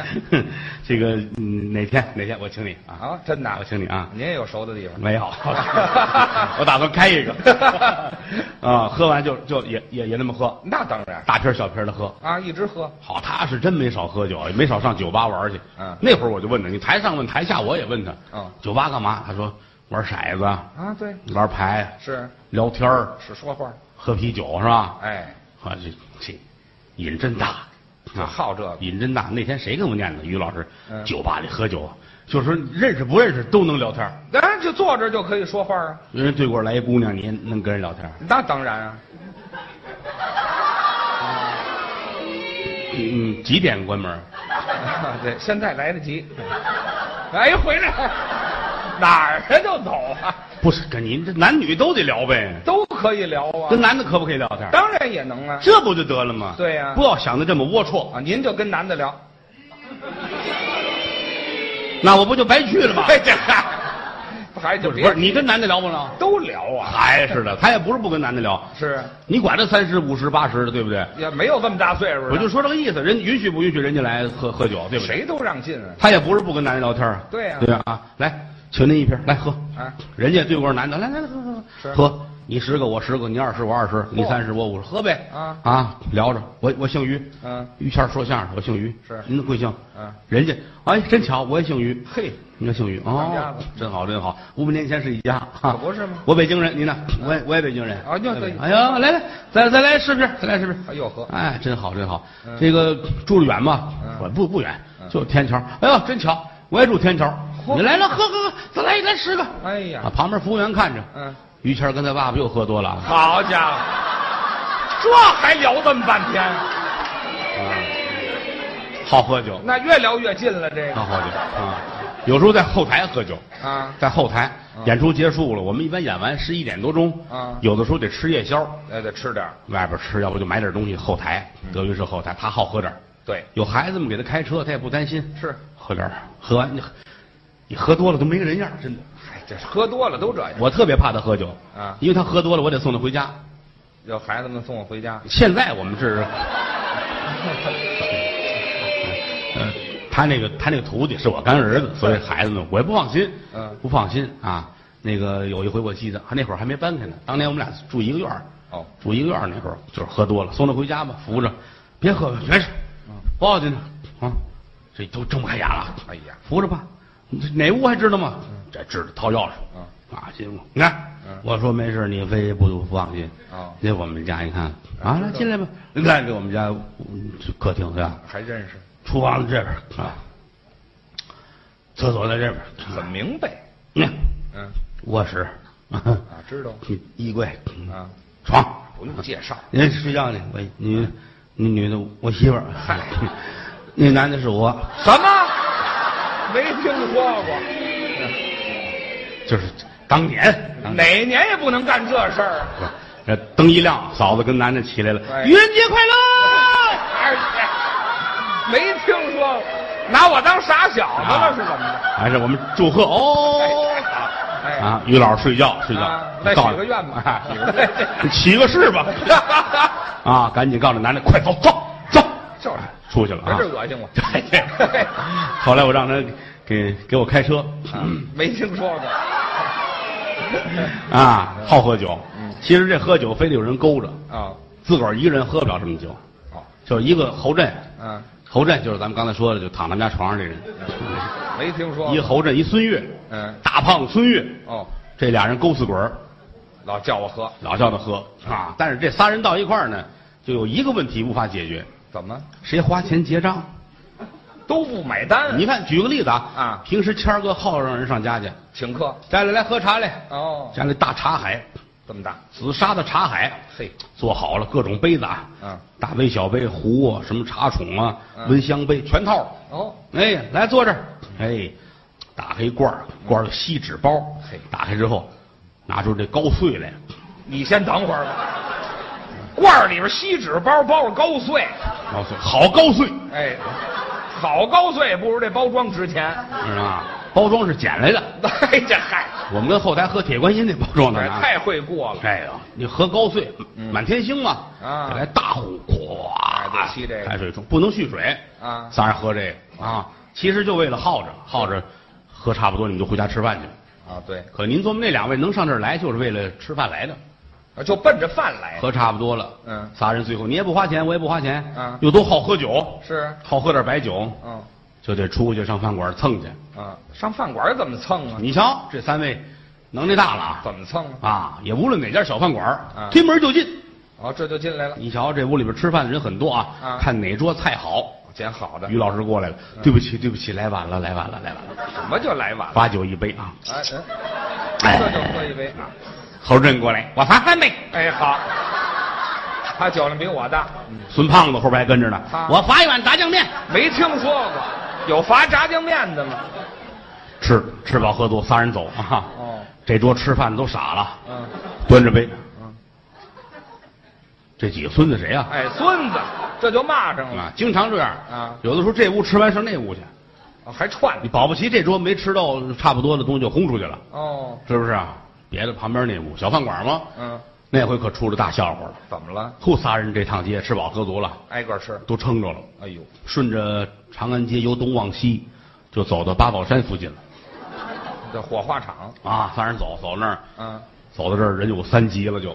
[SPEAKER 1] 这个、嗯哪天哪天我请你啊？
[SPEAKER 2] 啊，真的啊，
[SPEAKER 1] 我请你啊？
[SPEAKER 2] 您也有熟的地方。
[SPEAKER 1] 没有， 我打算开一个。 啊，喝完就就也也也那么喝，
[SPEAKER 2] 那当然
[SPEAKER 1] 大瓶儿小瓶儿的喝。
[SPEAKER 2] 啊，一直喝。
[SPEAKER 1] 好，他是真没少喝酒，也没少上酒吧玩去。
[SPEAKER 2] 嗯
[SPEAKER 1] 那会儿我就问他，你台上问台下，我也问他，
[SPEAKER 2] 嗯
[SPEAKER 1] 酒吧干嘛？他说玩骰子、
[SPEAKER 2] 啊，对，
[SPEAKER 1] 玩牌、
[SPEAKER 2] 是
[SPEAKER 1] 聊天儿
[SPEAKER 2] 是说话。
[SPEAKER 1] 喝啤酒是吧？
[SPEAKER 2] 哎，
[SPEAKER 1] 啊，这这瘾真大啊
[SPEAKER 2] 就好这个
[SPEAKER 1] 瘾真大。那天谁跟我念的？于老师，
[SPEAKER 2] 嗯
[SPEAKER 1] 酒吧里喝酒，就是说认识不认识都能聊天儿。
[SPEAKER 2] 当然就坐这儿就可以说话啊。
[SPEAKER 1] 人家对过来一姑娘，你也能跟人聊天儿？
[SPEAKER 2] 那当然啊，
[SPEAKER 1] 嗯，嗯几点关门？
[SPEAKER 2] 啊 对，现在来得及。哎，回来哪儿啊就走啊，
[SPEAKER 1] 不是跟您这男女都得聊呗，
[SPEAKER 2] 都可以聊啊
[SPEAKER 1] 跟。男的可不可以聊天儿？
[SPEAKER 2] 当然也能啊。
[SPEAKER 1] 这不就得了吗？
[SPEAKER 2] 对呀
[SPEAKER 1] 不要想的这么龌龊，
[SPEAKER 2] 啊，您就跟男的聊。
[SPEAKER 1] 那我不就白去了吗？
[SPEAKER 2] 哎，这嗨， 还就
[SPEAKER 1] 不是
[SPEAKER 2] 别
[SPEAKER 1] 不是，你跟男的聊不聊？
[SPEAKER 2] 都聊啊。
[SPEAKER 1] 还是的，他也不是不跟男的聊，
[SPEAKER 2] 是
[SPEAKER 1] 你管他三十五十八十的，对不对？
[SPEAKER 2] 也没有这么大岁数的，
[SPEAKER 1] 我就说这个意思，人允许不允许人家来喝喝酒，对不对？
[SPEAKER 2] 谁都让进啊。
[SPEAKER 1] 他也不是不跟男人聊天啊。
[SPEAKER 2] 对呀
[SPEAKER 1] 对啊，来，请您一瓶，来喝。
[SPEAKER 2] 啊，
[SPEAKER 1] 人家对过男的，来来来喝喝喝
[SPEAKER 2] 是
[SPEAKER 1] 喝，你十个我十个，你二十我二十，你三十我五十，喝呗。
[SPEAKER 2] 啊
[SPEAKER 1] 聊着，我我姓于，
[SPEAKER 2] 嗯，
[SPEAKER 1] 于谦儿说相声，我姓于，
[SPEAKER 2] 是
[SPEAKER 1] 您的贵姓？
[SPEAKER 2] 嗯，
[SPEAKER 1] 人家哎，真巧，我也姓于，
[SPEAKER 2] 嘿，
[SPEAKER 1] 您姓于
[SPEAKER 2] 当家
[SPEAKER 1] 哦
[SPEAKER 2] 了，
[SPEAKER 1] 真好真好，五百年前是一家，哈
[SPEAKER 2] 可不是吗
[SPEAKER 1] 我北京人，您呢？我也我也北京人。
[SPEAKER 2] 啊那对
[SPEAKER 1] 哎呀，来来，再再来十瓶，再来十瓶。
[SPEAKER 2] 哎呦呵
[SPEAKER 1] 哎，真好真好
[SPEAKER 2] 嗯，
[SPEAKER 1] 这个住的远吗
[SPEAKER 2] 嗯？
[SPEAKER 1] 我不不远，
[SPEAKER 2] 嗯
[SPEAKER 1] 就天桥。哎呦，真巧，我也住天桥。
[SPEAKER 2] 嚯
[SPEAKER 1] 你来了，喝喝喝，再来来十个。
[SPEAKER 2] 哎呀
[SPEAKER 1] 啊，旁边服务员看着，
[SPEAKER 2] 嗯，
[SPEAKER 1] 于谦儿跟他爸爸又喝多了啊。
[SPEAKER 2] 好家伙，这还聊这么半天，嗯
[SPEAKER 1] 好喝酒，
[SPEAKER 2] 那越聊越近了。这
[SPEAKER 1] 好
[SPEAKER 2] 个
[SPEAKER 1] 喝酒啊！有时候在后台喝酒，
[SPEAKER 2] 啊，
[SPEAKER 1] 在后台
[SPEAKER 2] 嗯
[SPEAKER 1] 演出结束了，我们一般演完十一点多钟
[SPEAKER 2] 啊，
[SPEAKER 1] 有的时候得吃夜宵，
[SPEAKER 2] 那哎得吃点儿
[SPEAKER 1] 外边吃，要不就买点东西。后台
[SPEAKER 2] 嗯
[SPEAKER 1] 德云社后台，他好喝点儿
[SPEAKER 2] 对，
[SPEAKER 1] 有孩子们给他开车，他也不担心，
[SPEAKER 2] 是，
[SPEAKER 1] 喝点儿喝完你喝你喝多了都没个人样儿，真的。
[SPEAKER 2] 嗨，这喝多了都这样。
[SPEAKER 1] 我特别怕他喝酒
[SPEAKER 2] 啊
[SPEAKER 1] 因为他喝多了，我得送他回家。
[SPEAKER 2] 有孩子们送我回家，
[SPEAKER 1] 现在我们是， 呃，他那个他那个徒弟是我干儿子，所以孩子们我也不放心，
[SPEAKER 2] 嗯
[SPEAKER 1] 不放心啊。那个有一回我记得，那会儿还没搬开呢，当年我们俩住一个院儿，
[SPEAKER 2] 哦，
[SPEAKER 1] 住一个院儿那会儿就是喝多了，送他回家吧，扶着，别喝了，没事，
[SPEAKER 2] 嗯
[SPEAKER 1] 抱进去啊，这都睁不开眼了，
[SPEAKER 2] 哎呀，
[SPEAKER 1] 扶着吧，你这哪屋还知道吗？这知道，掏钥匙，啊，进屋，你看
[SPEAKER 2] 嗯，
[SPEAKER 1] 我说没事，你非不不放心
[SPEAKER 2] 哦，
[SPEAKER 1] 那我们家一看，啊，来进来吧，你看这我们家嗯这客厅对吧？
[SPEAKER 2] 还认识
[SPEAKER 1] 厨房这边啊，厕所在这边。
[SPEAKER 2] 很明白。
[SPEAKER 1] 嗯，
[SPEAKER 2] 嗯
[SPEAKER 1] 卧室，
[SPEAKER 2] 啊，知道
[SPEAKER 1] 嗯衣柜，嗯
[SPEAKER 2] 啊，
[SPEAKER 1] 床，啊
[SPEAKER 2] 不用介绍。
[SPEAKER 1] 人家睡觉呢。我女，女女的我媳妇儿，那男的是我，
[SPEAKER 2] 什么？没听说过，
[SPEAKER 1] 就是当年。当年
[SPEAKER 2] 哪年也不能干这事儿。
[SPEAKER 1] 不是这灯一亮，嫂子跟男的起来了，
[SPEAKER 2] 哎
[SPEAKER 1] 愚人节快乐！
[SPEAKER 2] 二姐，没听说过，拿我当傻小子了是怎么着？
[SPEAKER 1] 啊还是我们祝贺哦！
[SPEAKER 2] 哎
[SPEAKER 1] 啊，于老师睡觉睡
[SPEAKER 2] 啊
[SPEAKER 1] 觉，
[SPEAKER 2] 再
[SPEAKER 1] 告诉
[SPEAKER 2] 许个愿吧
[SPEAKER 1] 哎
[SPEAKER 2] 许个愿
[SPEAKER 1] 起个誓吧！ 啊，赶紧告诉男的，快走，走走，
[SPEAKER 2] 就是
[SPEAKER 1] 出去了啊
[SPEAKER 2] 这！恶心我。
[SPEAKER 1] 哎呀后来我让他给给我开车
[SPEAKER 2] 啊 没听说过。
[SPEAKER 1] 啊，好喝酒。
[SPEAKER 2] 嗯
[SPEAKER 1] 其实这喝酒非得有人勾着，
[SPEAKER 2] 啊，
[SPEAKER 1] 自个儿一个人喝不了这么酒。
[SPEAKER 2] 哦，
[SPEAKER 1] 就一个侯震，
[SPEAKER 2] 嗯，
[SPEAKER 1] 侯震就是咱们刚才说的，就躺他们家床上这人，
[SPEAKER 2] 没听说
[SPEAKER 1] 一
[SPEAKER 2] 过。
[SPEAKER 1] 侯震，一孙越，
[SPEAKER 2] 嗯，
[SPEAKER 1] 大胖孙越，
[SPEAKER 2] 哦，
[SPEAKER 1] 这俩人勾四滚儿。
[SPEAKER 2] 老叫我喝，
[SPEAKER 1] 老叫他喝啊。但是这仨人到一块儿呢，就有一个问题无法解决：
[SPEAKER 2] 怎么
[SPEAKER 1] 谁花钱结账？
[SPEAKER 2] 都不买单？
[SPEAKER 1] 你看，举个例子啊，
[SPEAKER 2] 啊
[SPEAKER 1] 平时谦儿哥好让人上家去，
[SPEAKER 2] 请客。
[SPEAKER 1] 家里来喝茶来，
[SPEAKER 2] 哦，
[SPEAKER 1] 家里大茶海，
[SPEAKER 2] 这么大，
[SPEAKER 1] 紫砂的茶海，
[SPEAKER 2] 嘿，
[SPEAKER 1] 做好了各种杯子啊，
[SPEAKER 2] 嗯，
[SPEAKER 1] 大杯、小杯、壶啊，什么茶宠啊，
[SPEAKER 2] 嗯
[SPEAKER 1] 温香杯全套。
[SPEAKER 2] 哦，
[SPEAKER 1] 哎，来坐这儿，哎，打开一罐儿，罐儿有锡纸包
[SPEAKER 2] 嘿，
[SPEAKER 1] 打开之后，拿出这高碎来，
[SPEAKER 2] 你先等会儿吧。罐儿里边锡纸包包着高碎，
[SPEAKER 1] 高碎好高碎，
[SPEAKER 2] 哎，好高碎不如这包装值钱。
[SPEAKER 1] 知道吗？包装是捡来的，
[SPEAKER 2] 哎呀嗨，
[SPEAKER 1] 我们跟后台喝铁观音那包装的
[SPEAKER 2] 哎
[SPEAKER 1] 呢，
[SPEAKER 2] 太会过了。
[SPEAKER 1] 哎呀，你喝高碎，满天星嘛，
[SPEAKER 2] 啊
[SPEAKER 1] 再来大壶，
[SPEAKER 2] 哎
[SPEAKER 1] 咵，
[SPEAKER 2] 得沏这个
[SPEAKER 1] 开水冲，不能蓄水
[SPEAKER 2] 啊
[SPEAKER 1] 仨人喝这个啊，其实就为了耗着，耗着喝差不多你们就回家吃饭去。
[SPEAKER 2] 啊，对，
[SPEAKER 1] 可您琢磨那两位能上这儿来，就是为了吃饭来的，
[SPEAKER 2] 啊就奔着饭来。
[SPEAKER 1] 喝差不多了，
[SPEAKER 2] 嗯
[SPEAKER 1] 仨人最后你也不花钱，我也不花钱，
[SPEAKER 2] 嗯
[SPEAKER 1] 又都好喝酒，
[SPEAKER 2] 是，啊
[SPEAKER 1] 好喝点白酒，
[SPEAKER 2] 嗯
[SPEAKER 1] 就得出去上饭馆蹭去。
[SPEAKER 2] 啊，上饭馆怎么蹭啊？
[SPEAKER 1] 你瞧，这三位能耐大了啊！
[SPEAKER 2] 怎么蹭啊？
[SPEAKER 1] 啊，也无论哪家小饭馆儿
[SPEAKER 2] 啊，
[SPEAKER 1] 推门就进。
[SPEAKER 2] 哦，这就进来了，
[SPEAKER 1] 你瞧，这屋里边吃饭的人很多啊
[SPEAKER 2] 啊，嗯
[SPEAKER 1] 看哪桌菜好。
[SPEAKER 2] 捡好的
[SPEAKER 1] 于。老师过来了，对不起，对不起，来晚了，来晚了，来晚了，
[SPEAKER 2] 什么就来晚了？
[SPEAKER 1] 罚酒一杯啊！
[SPEAKER 2] 哎，嗯
[SPEAKER 1] 哎
[SPEAKER 2] 这就喝一杯。啊
[SPEAKER 1] 侯震过来，我罚三杯。
[SPEAKER 2] 哎，好，他酒量比我大，
[SPEAKER 1] 孙胖子后边还跟着呢
[SPEAKER 2] 啊，
[SPEAKER 1] 我罚一碗炸酱面。
[SPEAKER 2] 没听说过有罚炸酱面的吗？
[SPEAKER 1] 吃吃饱喝足，仨人走啊。
[SPEAKER 2] 哦，
[SPEAKER 1] 这桌吃饭都傻了，
[SPEAKER 2] 嗯，
[SPEAKER 1] 端着杯
[SPEAKER 2] 嗯。
[SPEAKER 1] 这几个孙子谁啊？
[SPEAKER 2] 哎，孙子，这就骂上了，
[SPEAKER 1] 啊，经常这样
[SPEAKER 2] 啊
[SPEAKER 1] 有的时候这屋吃完上那屋去，
[SPEAKER 2] 哦还串
[SPEAKER 1] 你保不齐这桌没吃到差不多的东西就轰出去了。
[SPEAKER 2] 哦，
[SPEAKER 1] 是不是啊？别的旁边那屋小饭馆吗？
[SPEAKER 2] 嗯，
[SPEAKER 1] 那回可出了大笑话了。
[SPEAKER 2] 怎么了？
[SPEAKER 1] 呼，仨人这趟街吃饱喝足了，
[SPEAKER 2] 挨个吃，
[SPEAKER 1] 都撑着了，
[SPEAKER 2] 哎呦，
[SPEAKER 1] 顺着长安街由东往西，就走到八宝山附近了。
[SPEAKER 2] 这火化场，
[SPEAKER 1] 啊，仨人走走那儿，
[SPEAKER 2] 嗯，
[SPEAKER 1] 走到这儿人有三急了就，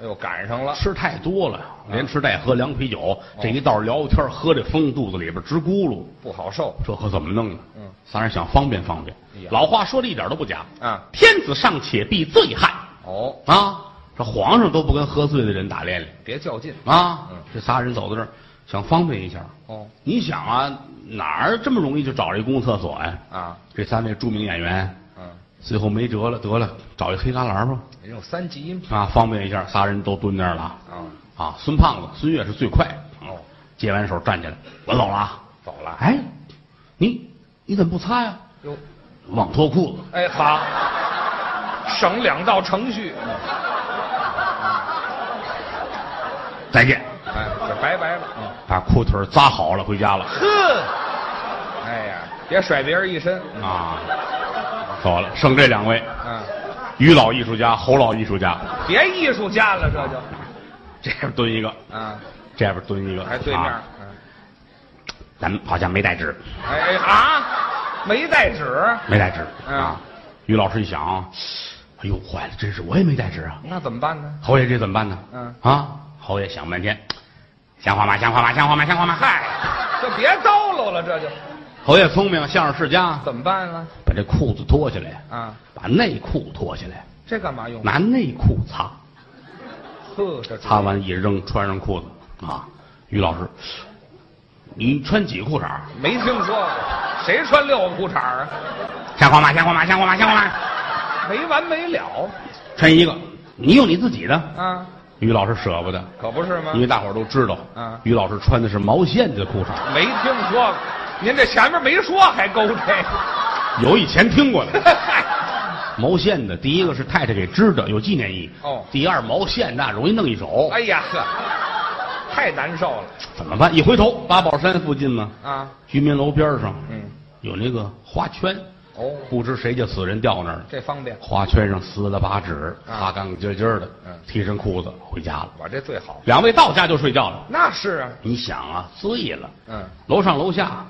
[SPEAKER 2] 哎呦，赶上了，
[SPEAKER 1] 吃太多了，连吃带喝凉啤酒，这一道聊天喝这风，肚子里边直咕噜，
[SPEAKER 2] 不好受
[SPEAKER 1] 这可怎么弄呢？
[SPEAKER 2] 嗯，
[SPEAKER 1] 仨人想方便方便
[SPEAKER 2] 哎呀，
[SPEAKER 1] 老话说的一点都不假，
[SPEAKER 2] 啊。
[SPEAKER 1] 天子尚且必醉汉
[SPEAKER 2] 哦，
[SPEAKER 1] 啊，这皇上都不跟喝醉的人打连理。
[SPEAKER 2] 别较劲
[SPEAKER 1] 啊
[SPEAKER 2] 嗯，
[SPEAKER 1] 这仨人走到这儿，想方便一下。
[SPEAKER 2] 哦
[SPEAKER 1] 你想啊，哪儿这么容易就找着一公共厕所呀、
[SPEAKER 2] 啊，
[SPEAKER 1] 这三位著名演员
[SPEAKER 2] 嗯，
[SPEAKER 1] 最后没辙了，得了，找一黑旮旯吧，
[SPEAKER 2] 人有三级音
[SPEAKER 1] 啊，方便一下。仨人都蹲那儿了。
[SPEAKER 2] 啊，
[SPEAKER 1] 啊，孙胖子、孙越是最快。
[SPEAKER 2] 哦，
[SPEAKER 1] 接完手站起来，我走了啊。
[SPEAKER 2] 走了，
[SPEAKER 1] 哎，你你怎么不擦呀、
[SPEAKER 2] 哟，
[SPEAKER 1] 忘脱裤子。
[SPEAKER 2] 哎，好，省两道程序，
[SPEAKER 1] 再见，
[SPEAKER 2] 哎，这拜拜了，嗯，
[SPEAKER 1] 把裤腿儿扎好了，回家了。
[SPEAKER 2] 呵，哎呀，别甩别人一身，
[SPEAKER 1] 啊，走了，剩这两位，
[SPEAKER 2] 啊，
[SPEAKER 1] 于老艺术家、侯老艺术家。
[SPEAKER 2] 别艺术家了，这
[SPEAKER 1] 这边蹲一个，
[SPEAKER 2] 就，啊，
[SPEAKER 1] 这边蹲一个，
[SPEAKER 2] 还对面，
[SPEAKER 1] 啊
[SPEAKER 2] 嗯
[SPEAKER 1] 咱们好像没带纸，
[SPEAKER 2] 哎哎啊，没带纸，
[SPEAKER 1] 没带纸、
[SPEAKER 2] 嗯
[SPEAKER 1] 啊。于老师一想，哎呦，坏了，真是我也没带纸啊！
[SPEAKER 2] 那怎么办呢？
[SPEAKER 1] 侯爷这怎么办呢？
[SPEAKER 2] 嗯
[SPEAKER 1] 啊，侯爷想半天，像话吗？像话吗？像话吗？像话吗？嗨，
[SPEAKER 2] 就别叨唠了，这就
[SPEAKER 1] 侯爷聪明，相声世家，
[SPEAKER 2] 怎么办了？
[SPEAKER 1] 把这裤子脱下来，
[SPEAKER 2] 啊，
[SPEAKER 1] 把内裤脱下来，
[SPEAKER 2] 这干嘛用？
[SPEAKER 1] 拿内裤擦，
[SPEAKER 2] 呵，这主意
[SPEAKER 1] 擦完一扔，穿上裤子啊。于老师，你穿几个裤衩儿？
[SPEAKER 2] 没听说过，谁穿六个裤衩啊？
[SPEAKER 1] 像话吗？像话吗？像话吗？像话吗？
[SPEAKER 2] 没完没了
[SPEAKER 1] 穿一个，你有你自己的。
[SPEAKER 2] 啊，
[SPEAKER 1] 于老师舍不得，
[SPEAKER 2] 可不是吗
[SPEAKER 1] 因？为大伙儿都知道，
[SPEAKER 2] 嗯
[SPEAKER 1] 于老师穿的是毛线的裤衩，
[SPEAKER 2] 没听说过，您这前面没说还勾这个，
[SPEAKER 1] 有以前听过 的。
[SPEAKER 2] 嗨
[SPEAKER 1] 毛线的，第一个是太太给织的，有纪念意义。
[SPEAKER 2] 哦
[SPEAKER 1] 第二，毛线那容易弄一手，
[SPEAKER 2] 哎呀呵，太难受了
[SPEAKER 1] 怎么办？一回头，八宝山附近嘛，
[SPEAKER 2] 啊，
[SPEAKER 1] 居民楼边上
[SPEAKER 2] 嗯，
[SPEAKER 1] 有那个花圈，
[SPEAKER 2] 哦，
[SPEAKER 1] 不知谁家死人掉那儿了。
[SPEAKER 2] 这方便，
[SPEAKER 1] 花圈上撕了把纸，
[SPEAKER 2] 啊
[SPEAKER 1] 擦干干净净的
[SPEAKER 2] 嗯，
[SPEAKER 1] 提上裤子回家了。
[SPEAKER 2] 我这最好。
[SPEAKER 1] 两位到家就睡觉了。
[SPEAKER 2] 那是啊，
[SPEAKER 1] 你想啊，醉了，
[SPEAKER 2] 嗯，
[SPEAKER 1] 楼上楼下，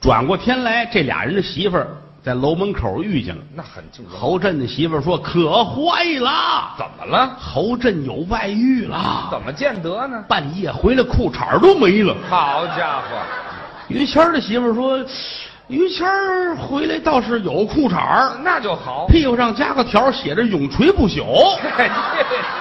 [SPEAKER 1] 转过天来，这俩人的媳妇儿在楼门口遇见了。
[SPEAKER 2] 那很正常。
[SPEAKER 1] 侯震的媳妇儿说：“可坏了，
[SPEAKER 2] 怎么了？
[SPEAKER 1] 侯震有外遇了，
[SPEAKER 2] 怎么见得呢？
[SPEAKER 1] 半夜回来裤衩儿都没了。
[SPEAKER 2] 好家伙，”
[SPEAKER 1] 于谦儿的媳妇儿说：“于谦儿回来倒是有裤衩儿
[SPEAKER 2] 那就好。
[SPEAKER 1] 屁股上加个条儿，写着‘永垂不朽’。
[SPEAKER 2] 嘿嘿嘿